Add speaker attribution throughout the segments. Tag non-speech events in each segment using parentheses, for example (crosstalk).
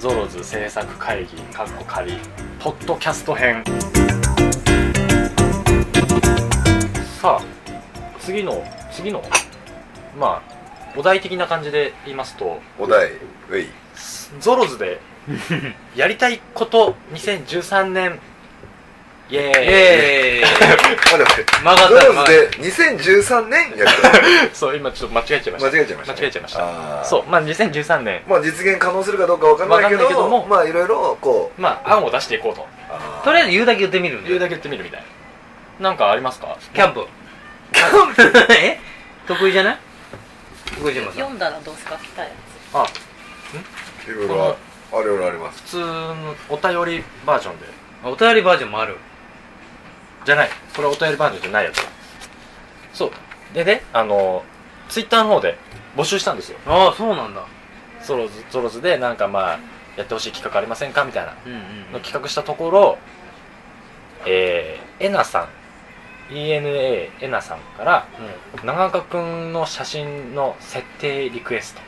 Speaker 1: ゾロズ制作会議かっこ仮ポッドキャスト編さあ次の次のまあお題的な感じで言いますと
Speaker 2: お題ウェイ
Speaker 1: ゾロズ
Speaker 2: (laughs)
Speaker 1: でやりたいこと2013年イエーイ
Speaker 3: ええ
Speaker 2: 待って待って
Speaker 3: 曲が
Speaker 2: ド
Speaker 3: った
Speaker 2: ローズで2013年
Speaker 1: (laughs)
Speaker 2: やった
Speaker 1: そう今ちょっと間違えちゃいました
Speaker 2: 間違えちゃいましたね
Speaker 1: 間違えちゃいました
Speaker 2: あー
Speaker 1: そうまあ2013年
Speaker 2: まあ実現可能するかどうかわかんないけ
Speaker 1: わかん
Speaker 2: ど
Speaker 1: ないけども
Speaker 2: まあいろいろこう
Speaker 1: まあ案を出していこうと
Speaker 2: あー
Speaker 3: とりあえず言うだけ言ってみるん
Speaker 1: 言う
Speaker 3: で
Speaker 1: だけ言ってみるみたいななんかありますか
Speaker 3: キャンプ (laughs) え得意じゃない得意じゃない
Speaker 4: 読んだらどうすか来たやつ
Speaker 1: あ
Speaker 2: いろいろあいろいろあります
Speaker 1: 普通のお便りバージョンで
Speaker 3: あお便りバージョンもある
Speaker 1: じゃないこれはお便りバージョンじゃないやつそうでねあのツイッターの方で募集したんですよ
Speaker 3: ああそうなんだ
Speaker 1: ゾロズゾロズでなんかまあやってほしい企画ありませんかみたいな
Speaker 3: うんうん
Speaker 1: の企画したところえー、えなさん ENA えなさんから長岡くんの写真の設定リクエスト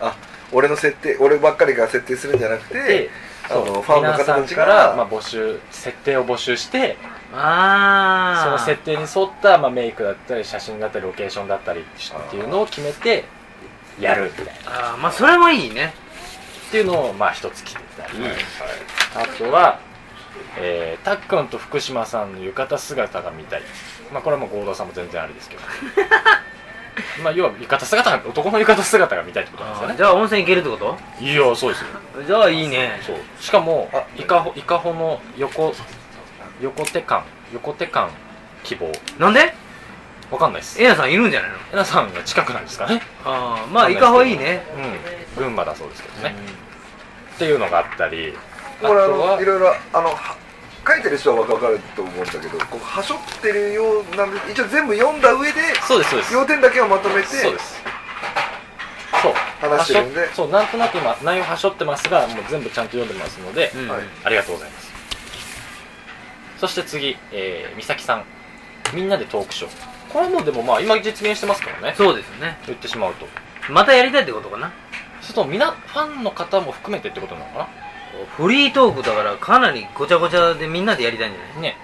Speaker 2: (laughs) あ俺の設定俺ばっかりが設定するんじゃなくて
Speaker 1: で
Speaker 2: あの
Speaker 1: そう
Speaker 2: ファンの方
Speaker 1: 皆
Speaker 2: た
Speaker 1: さ
Speaker 2: ち
Speaker 1: ん
Speaker 2: が
Speaker 1: から、まあ、募集設定を募集して
Speaker 3: ああ
Speaker 1: その設定に沿った、まあ、メイクだったり写真だったりロケーションだったりっていうのを決めてやるみたいなっ
Speaker 3: ああまあそれもいいね
Speaker 1: ていうのをまあ一つ決めたり、
Speaker 2: はいはい
Speaker 1: あとは、えー、たっくんと福島さんの浴衣姿が見たい、まあ、これはもう合同さんも全然あれですけどまあ要は浴衣姿が男の浴衣姿が見たいってことなんですよ
Speaker 3: あー
Speaker 1: ね
Speaker 3: じゃあ温泉行けるってこ
Speaker 1: いやそうですよ
Speaker 3: とじゃあいいね
Speaker 1: そうしかも
Speaker 2: あ
Speaker 1: イカホイカホの横横手感横手感希望
Speaker 3: なんで
Speaker 1: わかんないですえ
Speaker 3: エナさんいるんじゃないの
Speaker 1: なさんが近くなんですかね
Speaker 3: ああまあイカホいいね
Speaker 1: うん群馬だそうですけどね、っていうのがあったりあ
Speaker 2: これあ
Speaker 1: とは
Speaker 2: のいろいろあのは書いてる人は分かると思うんだけどこうはしょってるようなんで一応全部読んだ上で
Speaker 1: そうですそうです
Speaker 2: 要点だけをまとめて
Speaker 1: そうですそう
Speaker 2: 話してるんで
Speaker 1: はしょそうなんとなく今内容はしょってますがもう全部ちゃんと読んでますので、
Speaker 3: うん
Speaker 2: はい
Speaker 1: ありがとうございますそして次、えー、美咲さんみんなでトークショーこれもでもまあ今実現してますからね
Speaker 3: そうですよね
Speaker 1: 言ってしまうと
Speaker 3: またやりたいってことかな
Speaker 1: そうするとみなファンの方も含めてってことなのか
Speaker 3: フリートークだからかなりごちゃごちゃでみんなでやりたいんじゃない
Speaker 1: なね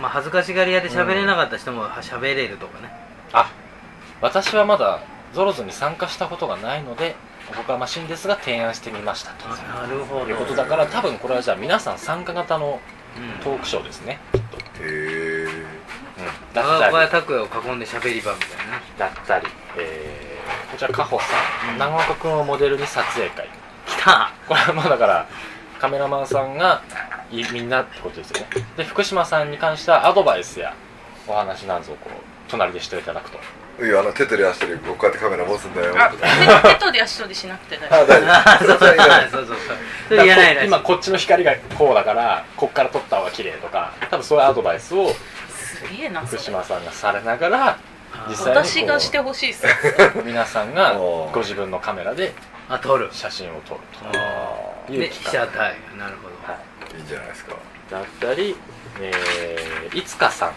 Speaker 3: まあ恥ずかしがり屋で喋れなかった人もは喋れるとかね
Speaker 1: あ私はまだゾロズに参加したことがないのでおこがましいんですが提案してみましたと
Speaker 3: なるほど
Speaker 1: いうことだから多分これはじゃあ皆さん参加型の
Speaker 3: うん
Speaker 1: トークショーですね、
Speaker 2: へ
Speaker 1: うん、だ
Speaker 3: 長
Speaker 1: った
Speaker 3: 岡
Speaker 1: り
Speaker 3: 拓也を囲んで喋り場みたいなね
Speaker 1: だったり、えー、こちらカホさん長岡君をモデルに撮影会
Speaker 3: 来た
Speaker 1: これはまあだからカメラマンさんがいみんなってことですよねで福島さんに関してはアドバイスやお話なんぞをこう隣でしていただくと
Speaker 2: えいやあの手取り足取りこうやってカメラ持つんだよ
Speaker 4: あ
Speaker 2: あ
Speaker 4: 手手取り足取りしなくて大丈
Speaker 2: 大丈夫
Speaker 3: (laughs) そう
Speaker 2: そ
Speaker 3: そう
Speaker 2: れは
Speaker 3: そうそうそれ言えないらしい
Speaker 1: 今こっちの光がこうだからこっから撮った方が綺麗とか多分そういうアドバイスを
Speaker 4: 夫すげえなそ
Speaker 1: 福
Speaker 4: れ
Speaker 1: 島さんがされながら
Speaker 3: あ
Speaker 1: 実際にこう
Speaker 4: 私がしてほしいっす
Speaker 1: 皆さん (laughs) が
Speaker 2: おー
Speaker 1: ご自分のカメラで
Speaker 3: あ撮る
Speaker 1: 写真を撮る
Speaker 3: あ
Speaker 1: という
Speaker 3: で
Speaker 1: 企
Speaker 3: 被
Speaker 1: 画
Speaker 3: 写体なるほど
Speaker 1: はい
Speaker 2: いいんじゃないですか
Speaker 1: だったり、えーいつかさん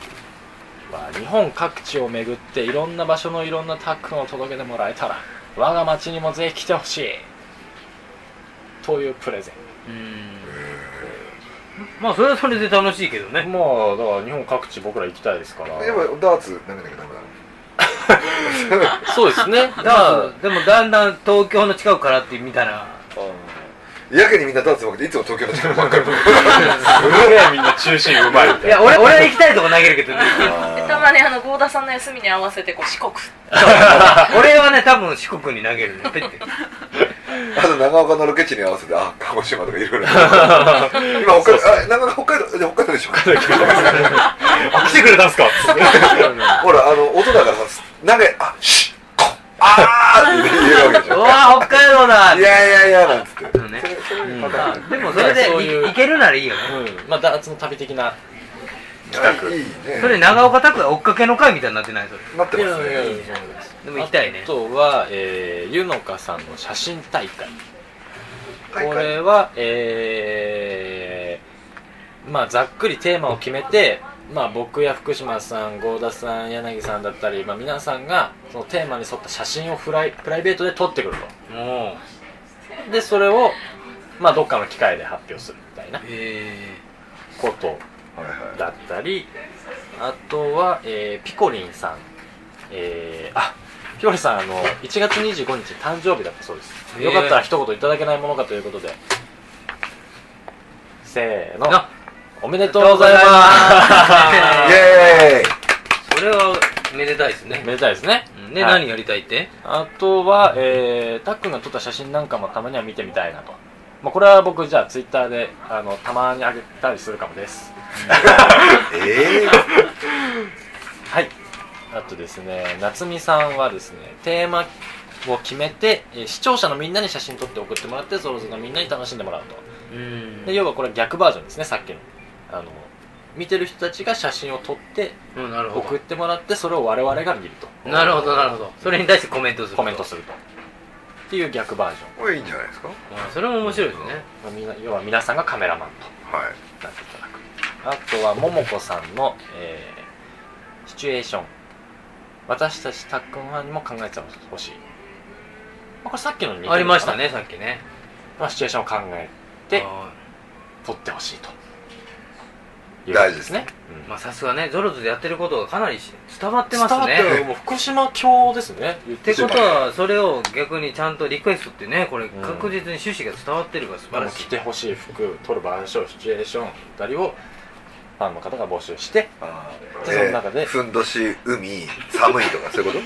Speaker 1: は日本各地を巡っていろんな場所のいろんなタックンを届けてもらえたら我が町にもぜひ来てほしいというプレゼ
Speaker 3: うんまあそれはそれで楽しいけど
Speaker 1: ン
Speaker 3: ね
Speaker 1: もうだから日本各地僕ら行きたいですから
Speaker 2: やっぱダーツ投げなきゃダメだ
Speaker 1: そうですねだか
Speaker 3: だからでもだんだん東京の近くからってみたいな
Speaker 2: やけにみんなダーツうまくていつも東京の近くばっかり
Speaker 1: すげえみんな中心うまいみ
Speaker 3: いや俺俺は行きたいとこ投げるけどね
Speaker 4: でたまにあの郷田さんの休みに合わせてこう四国
Speaker 3: 俺はね多分四国に投げるねペッて
Speaker 2: あと長岡のロケ地に合わせてあ鹿児島とかいろいろ今北海道あ長岡北海道じゃあ北海道でしょ
Speaker 1: あ来てくれたんすか
Speaker 2: ほら、あの、音だからさ、投げ、あ、シッ、コッ、あーって言うわけでし
Speaker 3: う
Speaker 2: ょ。
Speaker 3: わ北海道だ
Speaker 2: いやいやいや、なんつって。
Speaker 3: ね
Speaker 2: それそれ
Speaker 1: うん
Speaker 2: パタ
Speaker 3: まあ
Speaker 2: ーン
Speaker 3: でもそれで
Speaker 1: そういう
Speaker 3: いいけるならいいよね
Speaker 1: うんまあダーツの旅的な
Speaker 2: あいいね。
Speaker 3: それ長岡拓也追っかけの会みたいになってないそれ
Speaker 2: なってます
Speaker 1: いやいやい
Speaker 2: ね。
Speaker 1: や
Speaker 3: でも行きたいね
Speaker 1: あとは、えー、ゆのかさんの写真大会
Speaker 2: はい
Speaker 1: これはえー、まあざっくりテーマを決めてまあ僕や福島さん合田さん柳さんだったり、まあ、皆さんがそのテーマに沿った写真をフライプライベートで撮ってくる
Speaker 3: も
Speaker 1: とでそれをまあどっかの機会で発表するみたいな
Speaker 3: え
Speaker 1: こと
Speaker 2: はいはい
Speaker 1: だったりあとは、えーピコリンさんえー、あピコリンさんあの1月25日誕生日だったそうです、
Speaker 3: へー
Speaker 1: よかったら一言いただけないものかということでせーの
Speaker 3: あ
Speaker 1: おめでとうございま
Speaker 3: あ
Speaker 2: イエーイ
Speaker 3: それはめでたいですね
Speaker 1: すめでたいですね
Speaker 3: うんね、
Speaker 1: はい
Speaker 3: 何やりたいって
Speaker 1: あとは、えー、たっくんが撮った写真なんかもたまには見てみたいなと。まあ、これは僕、じゃあ、ツイッターで、あの、たまにあげたりするかもです。
Speaker 2: え
Speaker 1: はい。あとですね、夏美さんはですね、テーマを決めて、えー視聴者のみんなに写真撮って送ってもらって、それぞれのみんなに楽しんでもらうと。
Speaker 3: うん
Speaker 1: で、要はこれ逆バージョンですね、さっきの。あの、見てる人たちが写真を撮って、
Speaker 3: うんなるほ
Speaker 1: 送ってもらって、それを我々が見ると。
Speaker 3: どなるほどなるほどそれに対してコメントする
Speaker 1: コメントすると。っていう逆バージョン
Speaker 2: ー、これいいんじゃないですかは
Speaker 3: あそれも面白いですね
Speaker 1: まあみんな。要は皆さんがカメラマンと。
Speaker 2: い
Speaker 1: なっていただくあとはももこさんの、えーシチュエーション私たちたっくんファンにも考えてほしい、まあ、これさっきのに似てるのかな
Speaker 3: ありました、ねさっきね
Speaker 1: まあ、シチュエーションを考えて
Speaker 3: あ
Speaker 1: 撮ってほしいと
Speaker 2: 大事です
Speaker 1: ね、
Speaker 3: ー
Speaker 1: うん
Speaker 3: まあさすがねゾロズでやってることがかなりし伝わってます
Speaker 1: 伝わって
Speaker 3: ね
Speaker 1: るもう福島教ですね言っ
Speaker 3: って
Speaker 1: て
Speaker 3: ことはそれを逆にちゃんとリクエストってねこれ確実に趣旨が伝わってるから素晴
Speaker 1: も
Speaker 3: ら
Speaker 1: う
Speaker 3: し
Speaker 1: 着
Speaker 3: い
Speaker 1: てほしい服撮る場所シチュエーション2人をファンの方が募集して
Speaker 2: あー
Speaker 1: じゃあその中で
Speaker 2: えーふんどし海寒いとかそういう
Speaker 1: (laughs)
Speaker 2: こ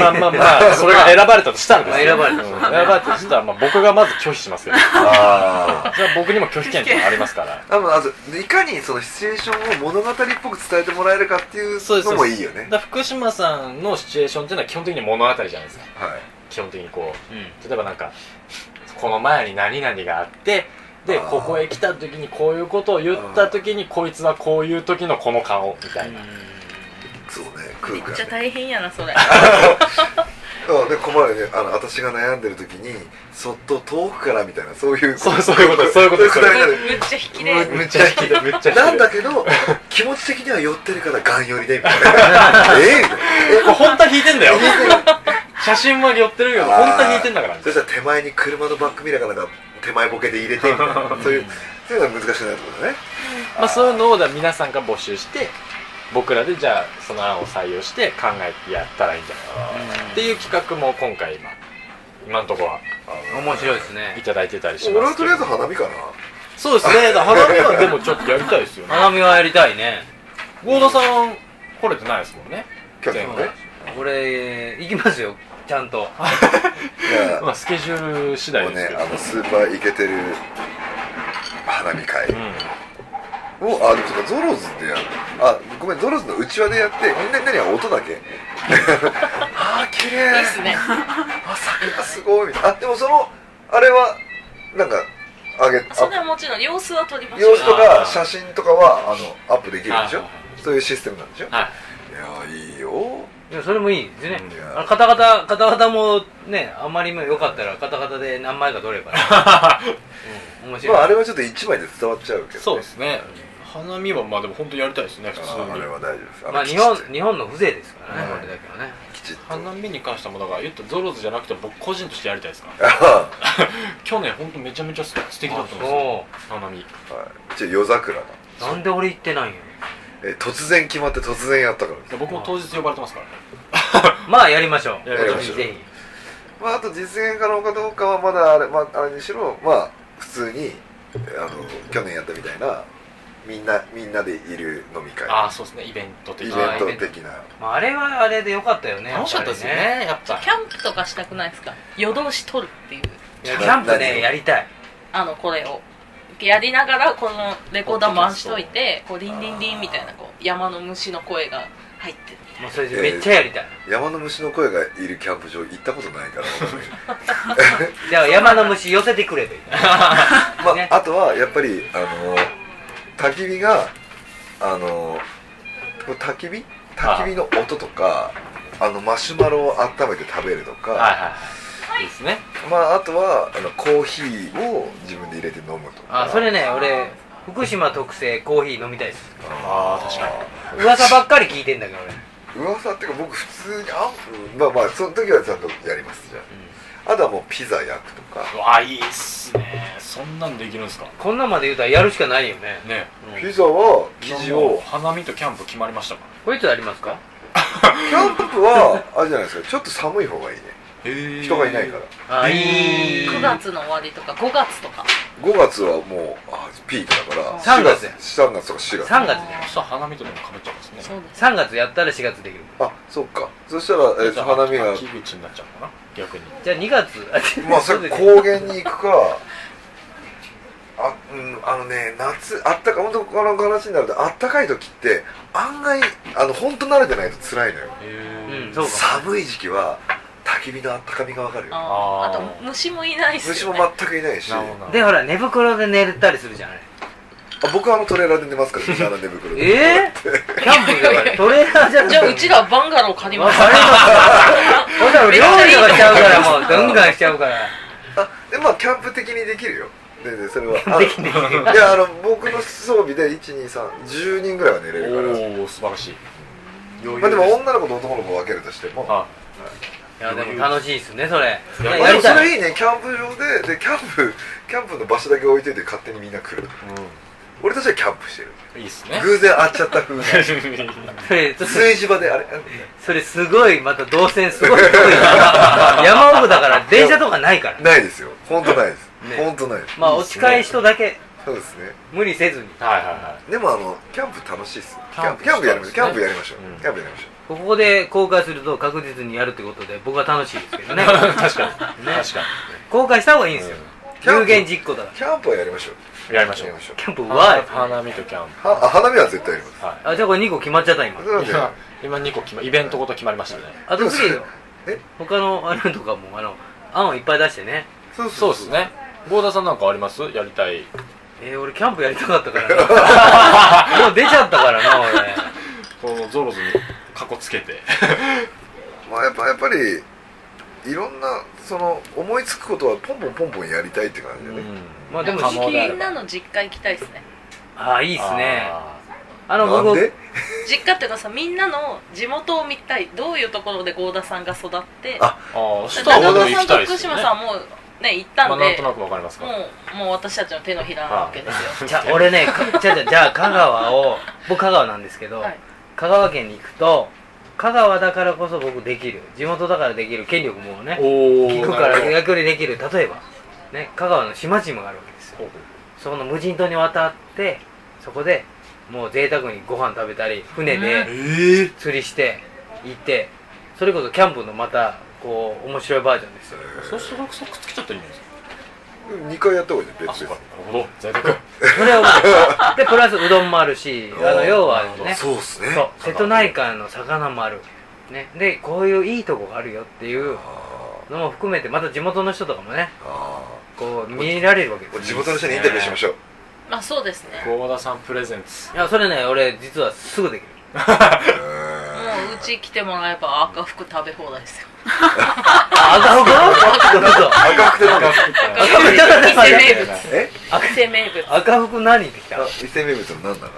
Speaker 1: (laughs) まあまあまあそれが選ばれたとしたらですね
Speaker 3: まあ選ばれた
Speaker 1: うん選ばれたとしたら、まあ、僕がまず拒否しますけど
Speaker 2: あ
Speaker 1: それは僕にも拒否権っていうのがありますから
Speaker 2: あ多分あといかにそのシチュエーションを物語っぽく伝えてもらえるかっていうのもいいよ
Speaker 1: だ
Speaker 2: ね
Speaker 1: から福島さんのシチュエーションっていうのは基本的に物語じゃないですか
Speaker 2: はい
Speaker 1: 基本的にこ
Speaker 3: うん
Speaker 1: う例えばなんかこの前に何々があってで
Speaker 2: あー
Speaker 1: ここへ来た時にこういうことを言った時にこいつはこういう時のこの顔みたいな、
Speaker 2: そうね
Speaker 4: め
Speaker 2: 空
Speaker 4: っ
Speaker 2: 間
Speaker 4: ちゃ
Speaker 2: ね
Speaker 4: 大変やなそれ
Speaker 2: うんで困るねあの私が悩んでる時にそっと遠くからみたいなそういう (laughs)
Speaker 1: そうそういうことですそういうことです
Speaker 2: くらいになる
Speaker 4: むっちゃ引きで
Speaker 2: む
Speaker 1: むっちゃ引きでむっちゃ引きで
Speaker 2: なんだけど気持ち的には寄ってるからガン寄りでみたい
Speaker 1: (laughs)
Speaker 2: なええみたいな
Speaker 1: これ本当は引いてんだよ
Speaker 2: ええ
Speaker 1: 写真は寄ってるけど本当は引いてんだから
Speaker 2: そしたら手前に車のバックミラーかなんか手前ボケで入れてみたいなそういうそういうのは難しくないってことね
Speaker 1: まあ、そういうのをだから皆さんが募集して僕らでじゃあその案を採用して考えてやったらいいんじゃないかなっていう企画も今回今今のところは
Speaker 3: 面白いですね
Speaker 1: いただいてたりしますけど
Speaker 2: 俺はとりあえず花火かな
Speaker 1: そうですねだから花見はでもちょっとやりたい (laughs) ですよね
Speaker 3: 花見はやりたいね
Speaker 1: 合田さん来れてないですもんね
Speaker 2: 去年もね
Speaker 3: これ行きますよちゃんと
Speaker 2: いや
Speaker 1: まあスケジュール次
Speaker 2: も
Speaker 1: 第
Speaker 2: う
Speaker 1: です
Speaker 2: ね
Speaker 1: けど
Speaker 2: あのスーパーイケてる花火会
Speaker 1: うん
Speaker 2: をあでもそうかゾロズでやるあごめんゾロズのうちわでやってみんなには音
Speaker 1: (laughs)
Speaker 2: だけあー綺
Speaker 4: い
Speaker 2: 麗
Speaker 4: いっすね
Speaker 2: あ桜すごいみたいなあでもそのあれはなんかあげあ
Speaker 4: それはもちろん様子は撮りましょう
Speaker 2: 様子とか写真とかはあのアップできるんでしょ
Speaker 1: はい
Speaker 2: そういうシステムなんでしょい
Speaker 1: はい
Speaker 2: やーいいよ
Speaker 3: でもそれもいいですね
Speaker 2: いや
Speaker 3: あの方々方々もねあんまりもよかったら方々で何枚か取ればね、うん、面白い、
Speaker 2: まああれはちょっと1枚で伝わっちゃうけど、ね、
Speaker 1: そうですね花見はまあでも本当やりたいですね普
Speaker 2: あ
Speaker 1: 通
Speaker 2: ーあれ
Speaker 1: に
Speaker 2: は大丈夫です
Speaker 3: まあ
Speaker 2: の
Speaker 3: 日本
Speaker 2: きちっと
Speaker 3: 日本の風情ですからね、
Speaker 2: はい
Speaker 3: これだけはね
Speaker 2: きちっと
Speaker 1: 花見に関してもだから言ったらゾロズじゃなくて僕個人としてやりたいですから
Speaker 2: (laughs) あ
Speaker 1: 去年本当めちゃめちゃ素敵だったんですよ
Speaker 3: そ
Speaker 1: 花見
Speaker 2: ーはいうち夜桜が
Speaker 3: うなんで俺行ってないんや
Speaker 2: え突然決まって突然やったからです
Speaker 1: 僕も当日呼ばれてますからね
Speaker 3: まあやりましょう
Speaker 1: や
Speaker 2: りましょう
Speaker 3: ぜ
Speaker 2: まああと実現可能かどうかはまだあれ,、まあ、あれにしろまあ普通にあの去年やったみたいなみんなみんなでいる飲み会
Speaker 1: ああそうですねイベント
Speaker 2: イ
Speaker 1: 的
Speaker 2: ベン
Speaker 1: な
Speaker 3: あーイベン
Speaker 2: ト的な
Speaker 3: ひまあ、あれはあれでよかったよね
Speaker 1: 楽しかったですよ
Speaker 3: やっ
Speaker 1: ねやっぱ
Speaker 4: キャンプとかしたくないですか夜通し撮るっていう
Speaker 3: ぱりねいやキャンプ
Speaker 2: 何
Speaker 3: ねやりたい
Speaker 4: あのこれをやりながらこのレコーダー回しといてこうリンリンリンみたいなこう山の虫の声が入ってる
Speaker 3: もうそれでめっちゃやりたい、
Speaker 2: 山の虫の声がいるキャンプ場行ったことないからわかんないけど
Speaker 3: じゃあ山の虫寄せてくればいい
Speaker 2: まあ、
Speaker 3: ね
Speaker 2: あとはやっぱりあの焚き火があのこれ焚き火焚き火の音とかあのマシュマロを温めて食べるとか、
Speaker 1: はいはいはいいいですね
Speaker 2: まああとはあのコーヒーを自分で入れて飲むとか
Speaker 3: あそれね俺福島特製コーヒー飲みたいです
Speaker 1: あー確か
Speaker 3: 噂ばっかり聞いてんだけど俺
Speaker 2: に噂っていうか僕普通にあうんまあまあその時はちゃんとやりますじゃああとはもうピザ焼くとか
Speaker 1: うわいいっすねそんなんできるんですか
Speaker 3: こんなんまで言うたらやるしかないよね
Speaker 1: ね
Speaker 3: うん
Speaker 2: ピザは生地
Speaker 1: もう
Speaker 2: を
Speaker 1: 花見とキャンプ決まりましたか
Speaker 3: こいつありますか
Speaker 2: キャンプはあれじゃないですかちょっと寒い方がいいね
Speaker 1: へー
Speaker 2: 人がいないから
Speaker 3: あ
Speaker 1: へー
Speaker 4: 9月の終わりとか5月とか
Speaker 2: 5月はもうあピークだから
Speaker 3: 3月や
Speaker 2: 3月とか4月
Speaker 3: 3月じゃん
Speaker 1: そしたら花見とでもかぶっちゃいますね
Speaker 4: そうです
Speaker 3: 3月やったら4月できる
Speaker 2: あそっかそしたら、えーと花見
Speaker 3: (laughs)
Speaker 2: が
Speaker 1: 秋口になっちゃうのかな逆に
Speaker 3: じゃあ2月
Speaker 2: まあそ
Speaker 3: そう
Speaker 2: れ
Speaker 3: ですね
Speaker 2: 高原に行くかあ,、うん、あのね夏あったか本当この話になるとあったかい時って案外あの本当慣れてないと辛いのよ
Speaker 3: うんそうか
Speaker 2: 寒い時期は焚き火のあったかみがわかるよ
Speaker 1: あー
Speaker 4: あーあと虫もいないし、ね、
Speaker 2: 虫も全くいないし
Speaker 1: なるほどな
Speaker 3: でほら寝袋で寝れたりするじゃない
Speaker 2: あ僕はあのトレーラーで寝ますからみんな寝袋で
Speaker 3: (laughs) えー、キャンプだからトレーラーじゃん
Speaker 4: じゃあうちらバンガロー借ります
Speaker 3: あれほんなら料理とかしちゃうからも (laughs) うガンガンしちゃうから
Speaker 2: あでまあキャンプ的にできるよ全然それはあ
Speaker 3: できねえ
Speaker 2: いやあの僕の装備で12310人ぐらいは寝れるから
Speaker 1: おお素晴らしい
Speaker 2: まあでも女の子と男の子分けるとしても
Speaker 1: あ
Speaker 3: いやでも楽しいっすねそれ
Speaker 1: や
Speaker 2: まあ、
Speaker 3: や
Speaker 2: で
Speaker 3: り
Speaker 2: もそ
Speaker 3: たい
Speaker 2: れいいねキャンプ場ででキャンプキャンプの場所だけ置いといて勝手にみんな来る俺たちはキャンプしてる
Speaker 1: うんいいっすね
Speaker 2: 偶然会っちゃった風な (laughs)
Speaker 3: それちょっと
Speaker 2: 炊事場であれあ
Speaker 3: それすごいまた動線すごい遠い山奥だから電車とか (laughs) ないから
Speaker 2: ないですよ本当ないです、
Speaker 3: ね
Speaker 2: 本当ないです、
Speaker 3: まあお近い人だけ
Speaker 2: そうですね
Speaker 3: 無理せずに
Speaker 1: (laughs) はいはいはい
Speaker 2: でもあのキャンプ楽しいっすキ
Speaker 1: キ
Speaker 2: ャ
Speaker 1: ャ
Speaker 2: ン
Speaker 1: ン
Speaker 2: プ
Speaker 1: プ
Speaker 2: キャンプやりましょうキャンプやりましょう、
Speaker 1: うん
Speaker 2: キャンプやりましょ
Speaker 3: ここで公開すると確実にやるってことで僕は楽しいですけ
Speaker 2: (laughs)
Speaker 3: どね
Speaker 1: 確かに確か
Speaker 3: 公開した方がいいんですよ
Speaker 2: キャンプ
Speaker 3: 有言実行だか
Speaker 2: う
Speaker 3: ら
Speaker 2: キャンプはやりましょう
Speaker 1: にやりましょう
Speaker 2: やりましょう
Speaker 3: キャンプ
Speaker 1: 花
Speaker 3: は
Speaker 1: 花見とキャンプ
Speaker 2: はあ花火は絶対やります
Speaker 1: は
Speaker 3: あじゃあこれ2個決まっちゃった今
Speaker 2: それなん
Speaker 1: い
Speaker 2: で
Speaker 1: 今 (laughs) 今2個決まイベントごと決まりましたね
Speaker 3: あと次よ
Speaker 2: え
Speaker 3: 他のあれとかもあの案をいっぱい出してね
Speaker 2: そう
Speaker 1: そうですね郷田さんなんかありますやりたい
Speaker 3: えー、俺キャンプやりたかったから
Speaker 2: (laughs)
Speaker 3: なもう出ちゃったからな俺
Speaker 1: このゾロズにかこつけて
Speaker 2: まあやっぱやっぱりいろんなその思いつくことはポンポンポンポンやりたいって感じ
Speaker 1: う
Speaker 2: で
Speaker 1: ん
Speaker 2: ね、
Speaker 3: まあでも
Speaker 1: 可
Speaker 4: み
Speaker 1: 能であれば
Speaker 4: んなの実家行きたいですね
Speaker 3: ああいいっすねあ
Speaker 1: あ
Speaker 3: の
Speaker 2: なん
Speaker 3: 僕
Speaker 2: で
Speaker 4: 実家っていうかさみんなの地元を見たいどういうところで郷田さんが育って
Speaker 2: あ
Speaker 1: ーあーそしたら
Speaker 4: 中
Speaker 1: 僕も
Speaker 4: 田
Speaker 1: 行き
Speaker 4: さん
Speaker 1: た
Speaker 4: と
Speaker 1: いで
Speaker 4: 福
Speaker 1: すよ
Speaker 4: 島
Speaker 1: ね
Speaker 4: さんもね行った
Speaker 1: まあ
Speaker 4: ん
Speaker 1: なん
Speaker 4: で
Speaker 1: と
Speaker 4: も
Speaker 1: なくわかりますか
Speaker 4: うもう私たちの手のひらなわけですよ
Speaker 3: じゃあ俺ねかじゃあじゃあじゃあ香川を僕香川なんですけど、
Speaker 4: はい
Speaker 3: 香川県に行くと香川だからこそ僕できる地元だからできる権力もね
Speaker 1: おお
Speaker 3: 聞くから逆にできる例えば、ね、香川の島々があるわけですよそこの無人島に渡ってそこでもう贅沢にご飯食べたり船
Speaker 1: え
Speaker 3: で
Speaker 1: ー
Speaker 3: 釣りして行ってそれこそキャンプのまたこう面白いバージョンですよ
Speaker 1: そうするとそっくっつけちゃったらいいんです
Speaker 2: 2回やった方がいいね
Speaker 1: あ
Speaker 2: 別
Speaker 1: そう
Speaker 2: 々
Speaker 1: かなるほど在宅
Speaker 3: それをでプラスうどんもあるしあの要はね
Speaker 2: そうっすね
Speaker 3: そう瀬戸内海の魚もある、ね、でこういういいとこがあるよっていう
Speaker 2: あ
Speaker 3: のも含めてまた地元の人とかもね
Speaker 2: ーあ
Speaker 3: こう見られるわけ
Speaker 2: ー
Speaker 3: で
Speaker 2: これ
Speaker 3: す
Speaker 2: 地
Speaker 3: よ
Speaker 2: 元の人にインタビューしましょう
Speaker 4: まあそうですね
Speaker 1: 郷田さんプレゼンツ
Speaker 3: いやそれね俺実はすぐできる
Speaker 4: もううち来てもらえば赤服食べ放題ですよ
Speaker 1: (laughs)
Speaker 3: あ赤服どうぞ
Speaker 2: 赤くてなんか
Speaker 4: 赤
Speaker 3: 服
Speaker 4: 服伊勢名物
Speaker 2: え
Speaker 4: 伊勢名物
Speaker 3: 赤服何ってきた
Speaker 2: あ伊勢名物の何だか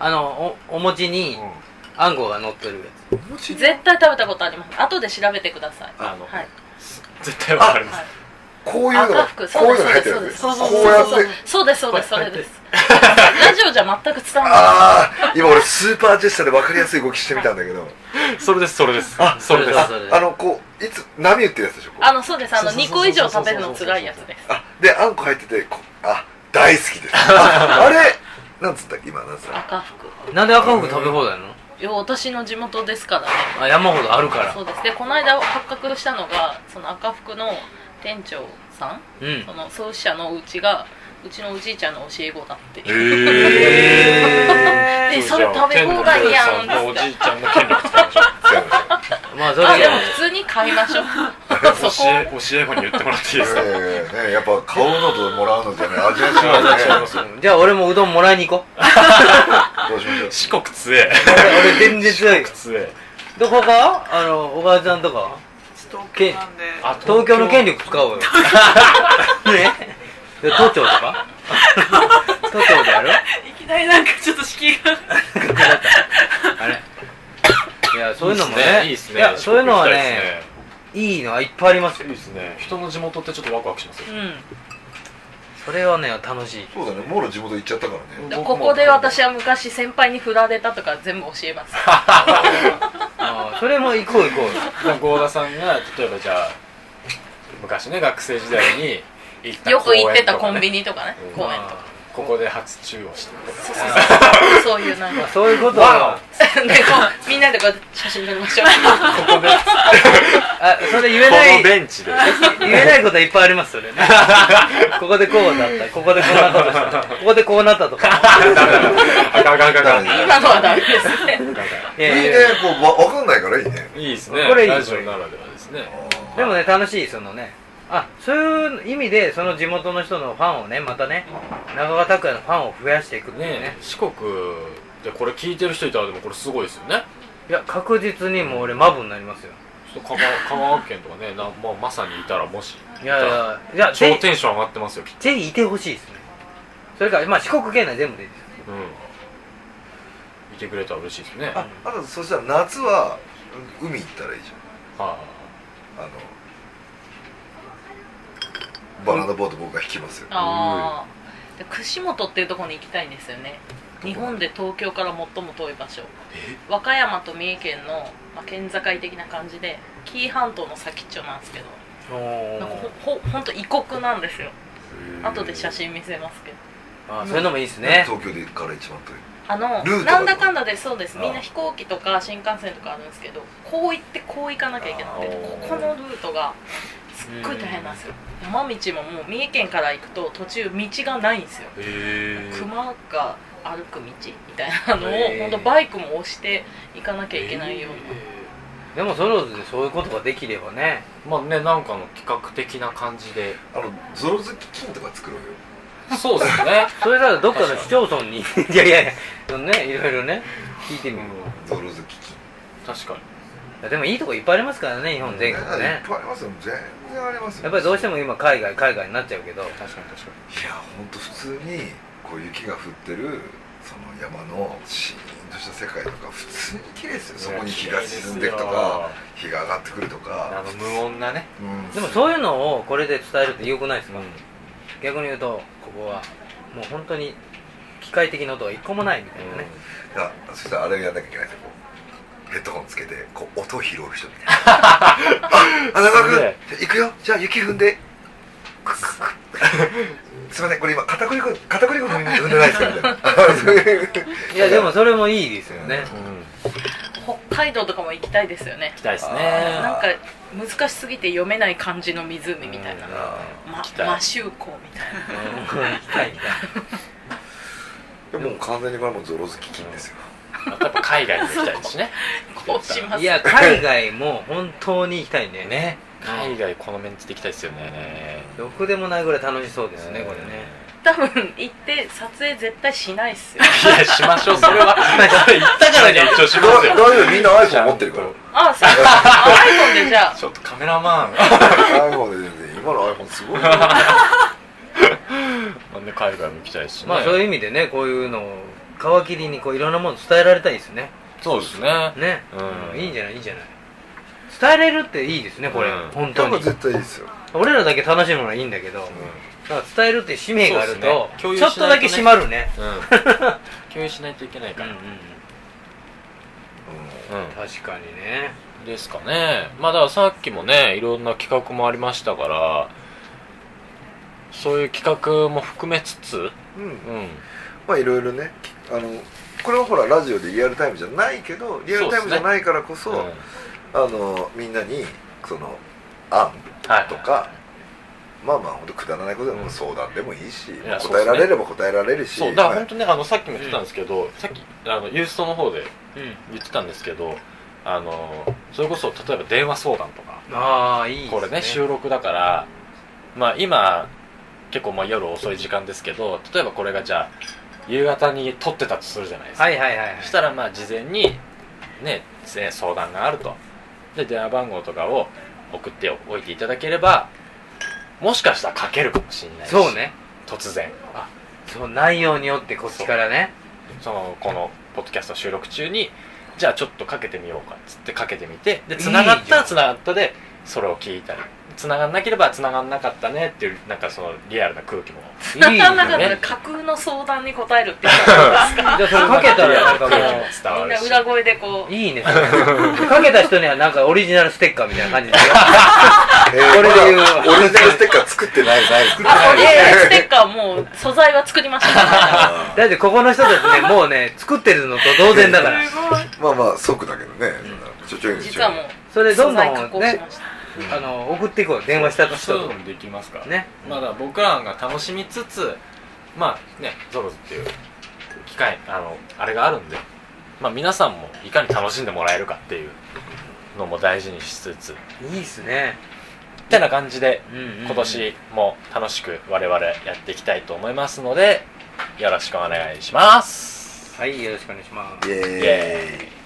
Speaker 3: あのおお餅にあんこが乗ってるやつ
Speaker 2: お餅
Speaker 4: 絶対食べたことあります後で調べてください
Speaker 1: あの
Speaker 4: はい
Speaker 1: 絶対わかります
Speaker 2: こういうの
Speaker 4: 赤
Speaker 2: が
Speaker 4: 服
Speaker 2: こう
Speaker 4: そ
Speaker 2: いううのが入ってるん
Speaker 4: で
Speaker 2: ですす
Speaker 4: そうそう
Speaker 2: こうやっ
Speaker 4: そう
Speaker 2: て
Speaker 4: そうですそうですそうですそ
Speaker 2: (laughs)
Speaker 4: うですそうですラジオじゃ全く伝わらない
Speaker 2: ああ今俺スーパージェスチャーで分かりやすい動きしてみたんだけど
Speaker 1: それですそれですあそれです
Speaker 3: あそれ
Speaker 2: あのこういつ波打ってるやつでしょこう
Speaker 4: あのそうですあの
Speaker 1: そうそうそう
Speaker 4: 2
Speaker 1: そう
Speaker 4: 個以上食べるのつらいやつです
Speaker 2: あであんこ入っててこあ大好きですああれなんつったっけ今なんつった
Speaker 4: 赤服
Speaker 3: なんで赤服食べ放題なの
Speaker 4: いや私の地元ですからね
Speaker 3: あ山ほどあるから
Speaker 4: そうですでこの間発覚したのがその赤服の店長さ
Speaker 3: うんん
Speaker 4: その創始者のうちがうちのおじいちゃんの教え子だっていう
Speaker 1: え
Speaker 4: えそれ食べ放題やん
Speaker 1: おじいちゃんの権力使いましょう
Speaker 3: まあそれ
Speaker 4: あ
Speaker 3: で
Speaker 4: でも普通に買いまし
Speaker 1: (laughs)
Speaker 4: ょうそ
Speaker 1: 教
Speaker 4: こ
Speaker 1: え教え子に言ってもらっていいですか
Speaker 2: ええねやっぱ買うのともらうのじゃね味が違うね
Speaker 1: 違いますよ
Speaker 3: うんじゃあ俺もうどんもらいに行こう
Speaker 2: どうしましょう
Speaker 1: 四国強え
Speaker 3: 俺 (laughs) 俺全然強いよ
Speaker 1: 強え
Speaker 3: どこかあの小川ちゃんとかはけ
Speaker 5: なんで
Speaker 1: あ
Speaker 3: 東京の権力使おうよ (laughs) ねで都庁と
Speaker 5: (laughs)
Speaker 3: か都庁でやる
Speaker 5: いきなりなんかちょっと敷居が
Speaker 3: (laughs) あれいやそういうのもね
Speaker 1: いいですね
Speaker 3: いやそういうのはね
Speaker 1: 四
Speaker 3: いいのはいっぱいあります
Speaker 1: 国
Speaker 3: よ
Speaker 1: (laughs) 行きたいですねいいですね人の地元ってちょっとワクワクしますよ
Speaker 4: うん
Speaker 3: それはね楽しい
Speaker 2: そうだねもろ地元行っちゃったからね
Speaker 4: ここで私は昔先輩に振られたとか全部教えます
Speaker 3: あーそれも行こう行こ
Speaker 1: 郷田さんが例えばじゃあ昔ね学生時代に行った
Speaker 4: よく行ってた
Speaker 1: 公園とか
Speaker 4: コ
Speaker 1: ね
Speaker 4: ンビニとかね
Speaker 1: うん
Speaker 4: 公
Speaker 3: う
Speaker 4: 園と
Speaker 3: あ
Speaker 4: か
Speaker 1: ここで初中をして
Speaker 4: そうそうそうそういうなん
Speaker 3: ーまあ
Speaker 4: か (laughs)
Speaker 3: そういうこと
Speaker 1: わ
Speaker 3: は
Speaker 4: でこうみんなでこう写真撮りましょう
Speaker 1: ここで
Speaker 3: あそれ言えない
Speaker 1: このベンチ (laughs) で
Speaker 3: 言えないこといっぱいありま
Speaker 1: (laughs)
Speaker 3: すよねここでこうだったここでこうなったとかここでこうなった
Speaker 1: (laughs)
Speaker 3: とか
Speaker 1: あかんあかんあかんあかん
Speaker 2: ダメ
Speaker 4: 今のはダメですね
Speaker 3: い
Speaker 2: いい
Speaker 3: やい
Speaker 2: ね
Speaker 3: やいや
Speaker 2: こうわ分かんないからいいね
Speaker 1: いいですね
Speaker 3: これいい
Speaker 1: ラジオならではですね
Speaker 3: でもね楽しいそのねあそういう意味でその地元の人のファンをねまたね長川拓也のファンを増やしていくっていうね
Speaker 1: ね四国でこれ聞いてる人いたらでもこれすごいですよね
Speaker 3: いや確実にもう俺マブになりますよ
Speaker 1: ちょっと香川香川県とかねな、まあ、まさにいたらもし
Speaker 3: いやいやいや
Speaker 1: 超
Speaker 3: ぜ
Speaker 1: テンション上がってますよきっと
Speaker 3: ひぜひいてほしいですねそれから、まあ、四国県内全部でいいですよ
Speaker 1: うんいてくれたら嬉しいですね
Speaker 2: ああとそしたら夏はうん海行ったらいいじ
Speaker 1: は
Speaker 2: ゃんあのバナナボート僕が引きますよ
Speaker 4: ああで串本っていうところに行きたいんですよね日本で東京から最も遠い場所和歌山と三重県の、まあ、県境的な感じで紀伊半島の先っちょなんですけど
Speaker 3: お
Speaker 4: なんかほほほんと異国なんですよ後で写真見せますけど
Speaker 3: あそういうのもいいですね
Speaker 2: 東京でから一番遠い
Speaker 4: あの
Speaker 2: ルートが
Speaker 4: なんだかんだでそうです
Speaker 2: ああ
Speaker 4: みんな飛行機とか新幹線とかあるんですけどこう行ってこう行かなきゃいけなくて
Speaker 1: ああ
Speaker 4: ここのルートがすっごい大変なんですよ山道ももう三重県から行くと途中道がないんですよ
Speaker 1: へえ
Speaker 4: 熊が歩く道みたいなのを、
Speaker 3: へー
Speaker 4: ほんとバイクも押して行かなきゃいけないよう
Speaker 3: で
Speaker 4: な、
Speaker 3: もそれぞれそういうことができればね
Speaker 1: まあねなんかの企画的な感じで
Speaker 2: あのゾロズキ金とか作ろうよ
Speaker 1: そうですね (laughs)
Speaker 3: それならどっかの市町村に (laughs) いやいやいやそのねいろいろね聞いてみる、い
Speaker 2: ゾロズキ金
Speaker 1: 確かに
Speaker 3: やでもいいとこいっぱいありますからね日本全国
Speaker 2: いやい
Speaker 3: ね
Speaker 2: っぱいありますよ全然ありますよ
Speaker 3: やっぱりどうしても今海外海外になっちゃうけど
Speaker 1: 確かに確か
Speaker 2: いや本当普通にこう雪が降ってるその山のシーンとした世界とか普通に綺麗ですよそこに日が沈んでいくとか日が上がってくると
Speaker 1: にあ
Speaker 2: か、
Speaker 1: の無音なね
Speaker 2: うん
Speaker 3: でもそういうのをこれで伝えるってよくないですか、逆に言うとここはもう本当に機械的な音が一個もないみたいなね、
Speaker 2: いやそしたらあれをやんなきゃいけないですよこうヘッドホンつけてこう音を拾う人みたい
Speaker 3: (laughs)
Speaker 2: なあ長
Speaker 1: す
Speaker 2: く
Speaker 1: げえ
Speaker 2: 行くよじゃあ雪踏んでクックックッすいませんこれ今片栗粉片栗粉踏んで踏んでないです
Speaker 3: (laughs)
Speaker 2: かみたいなそういう
Speaker 3: いやでもそれもいいですよね、
Speaker 1: うん
Speaker 4: 北海道とかも行きたいですよね
Speaker 1: 行きたいです
Speaker 2: あー
Speaker 1: ね
Speaker 4: なんか難しすぎて読めない漢字の湖みたいな、
Speaker 1: うん
Speaker 4: ま
Speaker 1: 行きたい
Speaker 4: 摩周湖みたいな
Speaker 2: でももう完全にこれはもうゾロ好き金ですよ
Speaker 1: あとやっぱ海外に行きたいですしね
Speaker 4: こうします
Speaker 3: いや海外も本当に行きたいね
Speaker 1: ね
Speaker 3: うん
Speaker 1: 海外このメンツで行きたいですよね
Speaker 3: どこでもないぐらい楽しそうですね、これね
Speaker 4: 多分行って撮影絶対しないっすよ (laughs)
Speaker 1: いやしましょうそれは (laughs) 行ったからには一応し
Speaker 2: 大
Speaker 1: ますよ
Speaker 2: 大丈夫みんな iPhone 持ってるから
Speaker 4: あそうあ iPhone でじゃあ
Speaker 1: ちょっとカメラマン
Speaker 2: iPhone で全然今の iPhone すご (laughs) いよ
Speaker 1: まあね海外も行きたいですしね
Speaker 3: まあそういう意味でねこういうのを皮切りにこういろんなもの伝えられたいですね
Speaker 1: そうですね
Speaker 3: ね、
Speaker 1: うん
Speaker 3: いいんじゃないいいんじゃない伝えれるっていいですねこれ、
Speaker 1: うん
Speaker 3: 本
Speaker 2: で
Speaker 3: 当
Speaker 2: も
Speaker 3: に
Speaker 2: 絶対いいですよ
Speaker 3: 俺らだけ楽しむのはいいんだけど、なんか伝えるっていう使命があると、
Speaker 1: そうですね
Speaker 3: ちょっとだけ締まるね
Speaker 1: (laughs) うん共有しないといけないからうん
Speaker 3: 確かにね
Speaker 1: ですかねまあだからさっきもねいろんな企画もありましたからそういう企画も含めつつ、
Speaker 2: うん、う
Speaker 1: う
Speaker 2: ん
Speaker 1: ん、
Speaker 2: まあいろいろねあのこれはほらラジオでリアルタイムじゃないけどリアルタイムじゃないからこそ、
Speaker 1: うんはい
Speaker 2: あのみんなにその案とかまあまあ本当くだらないことで
Speaker 1: う
Speaker 2: も
Speaker 1: ん
Speaker 2: 相談でもいいし、
Speaker 1: いや
Speaker 2: 答えられれば答えられるし
Speaker 1: そうだから
Speaker 2: は
Speaker 1: 本
Speaker 2: い
Speaker 1: 当ねあのさっきも言ってたんですけど、さっきあのユーストの方で
Speaker 3: うん
Speaker 1: 言ってたんですけどあのそれこそ例えば電話相談とか
Speaker 3: ああいいですね
Speaker 1: これね収録だからまあ今結構まあ夜遅い時間ですけど例えばこれがじゃあ夕方に撮ってたとするじゃないですか、
Speaker 3: はいはいはい
Speaker 1: そしたらまあ事前にねせ相談があるとで電話番号とかを送っておいていただければもしかしたらかけるかもしれないし
Speaker 3: そうね
Speaker 1: 突然
Speaker 3: そう内容によってこっちからね
Speaker 1: そのこのポッドキャスト収録中にじゃあちょっとかけてみようかっつってかけてみてで
Speaker 3: いい
Speaker 1: 繋がっ
Speaker 3: じ
Speaker 1: た
Speaker 3: ゃ
Speaker 1: ら
Speaker 3: ん
Speaker 1: 繋がったでそれを聞いたり繋がんなければ繋がんなかったねっていうなんかそのリアルな空気も
Speaker 3: いい
Speaker 4: なかなか
Speaker 1: ね
Speaker 4: だから架空の相談に答えるっていうのが
Speaker 3: (laughs) じゃあそれかけたらなんかも
Speaker 1: 伝
Speaker 4: み
Speaker 1: わ
Speaker 4: ん
Speaker 1: る
Speaker 4: な
Speaker 1: し
Speaker 4: 裏声でこ
Speaker 3: ういいね (laughs) それかけた人にはなんかオリジナルステッカーみたいな感じで
Speaker 2: えー
Speaker 3: これで言う
Speaker 2: まだオリジナルステッカー作ってないない作って
Speaker 4: うあオリジナルステッカーもう素材は作りましたか
Speaker 3: (laughs)
Speaker 4: ら
Speaker 3: だってここの人たちねもうね作ってるのと同然だから
Speaker 2: まあまあ即だけどね、ちょちょいのちょいの
Speaker 4: 実はも
Speaker 3: そうれど
Speaker 4: 素
Speaker 3: んど
Speaker 4: 材加
Speaker 3: ん
Speaker 4: 工し
Speaker 3: ね
Speaker 4: ました、
Speaker 3: あの送っていこう電話した
Speaker 1: そういう
Speaker 3: 人
Speaker 1: のもできますから
Speaker 3: ね
Speaker 1: まだ僕らが楽しみつつまあねゾロズっていう機会あのあれがあるんでまあ皆さんもいかに楽しんでもらえるかっていうのも大事にしつつ
Speaker 3: いいっすね
Speaker 1: ってな感じで
Speaker 3: うんうんうん
Speaker 1: 今年も楽しく我々やっていきたいと思いますのでよろしくお願いします
Speaker 3: はいよろしくお願いします
Speaker 2: イエーイ
Speaker 1: イエーイ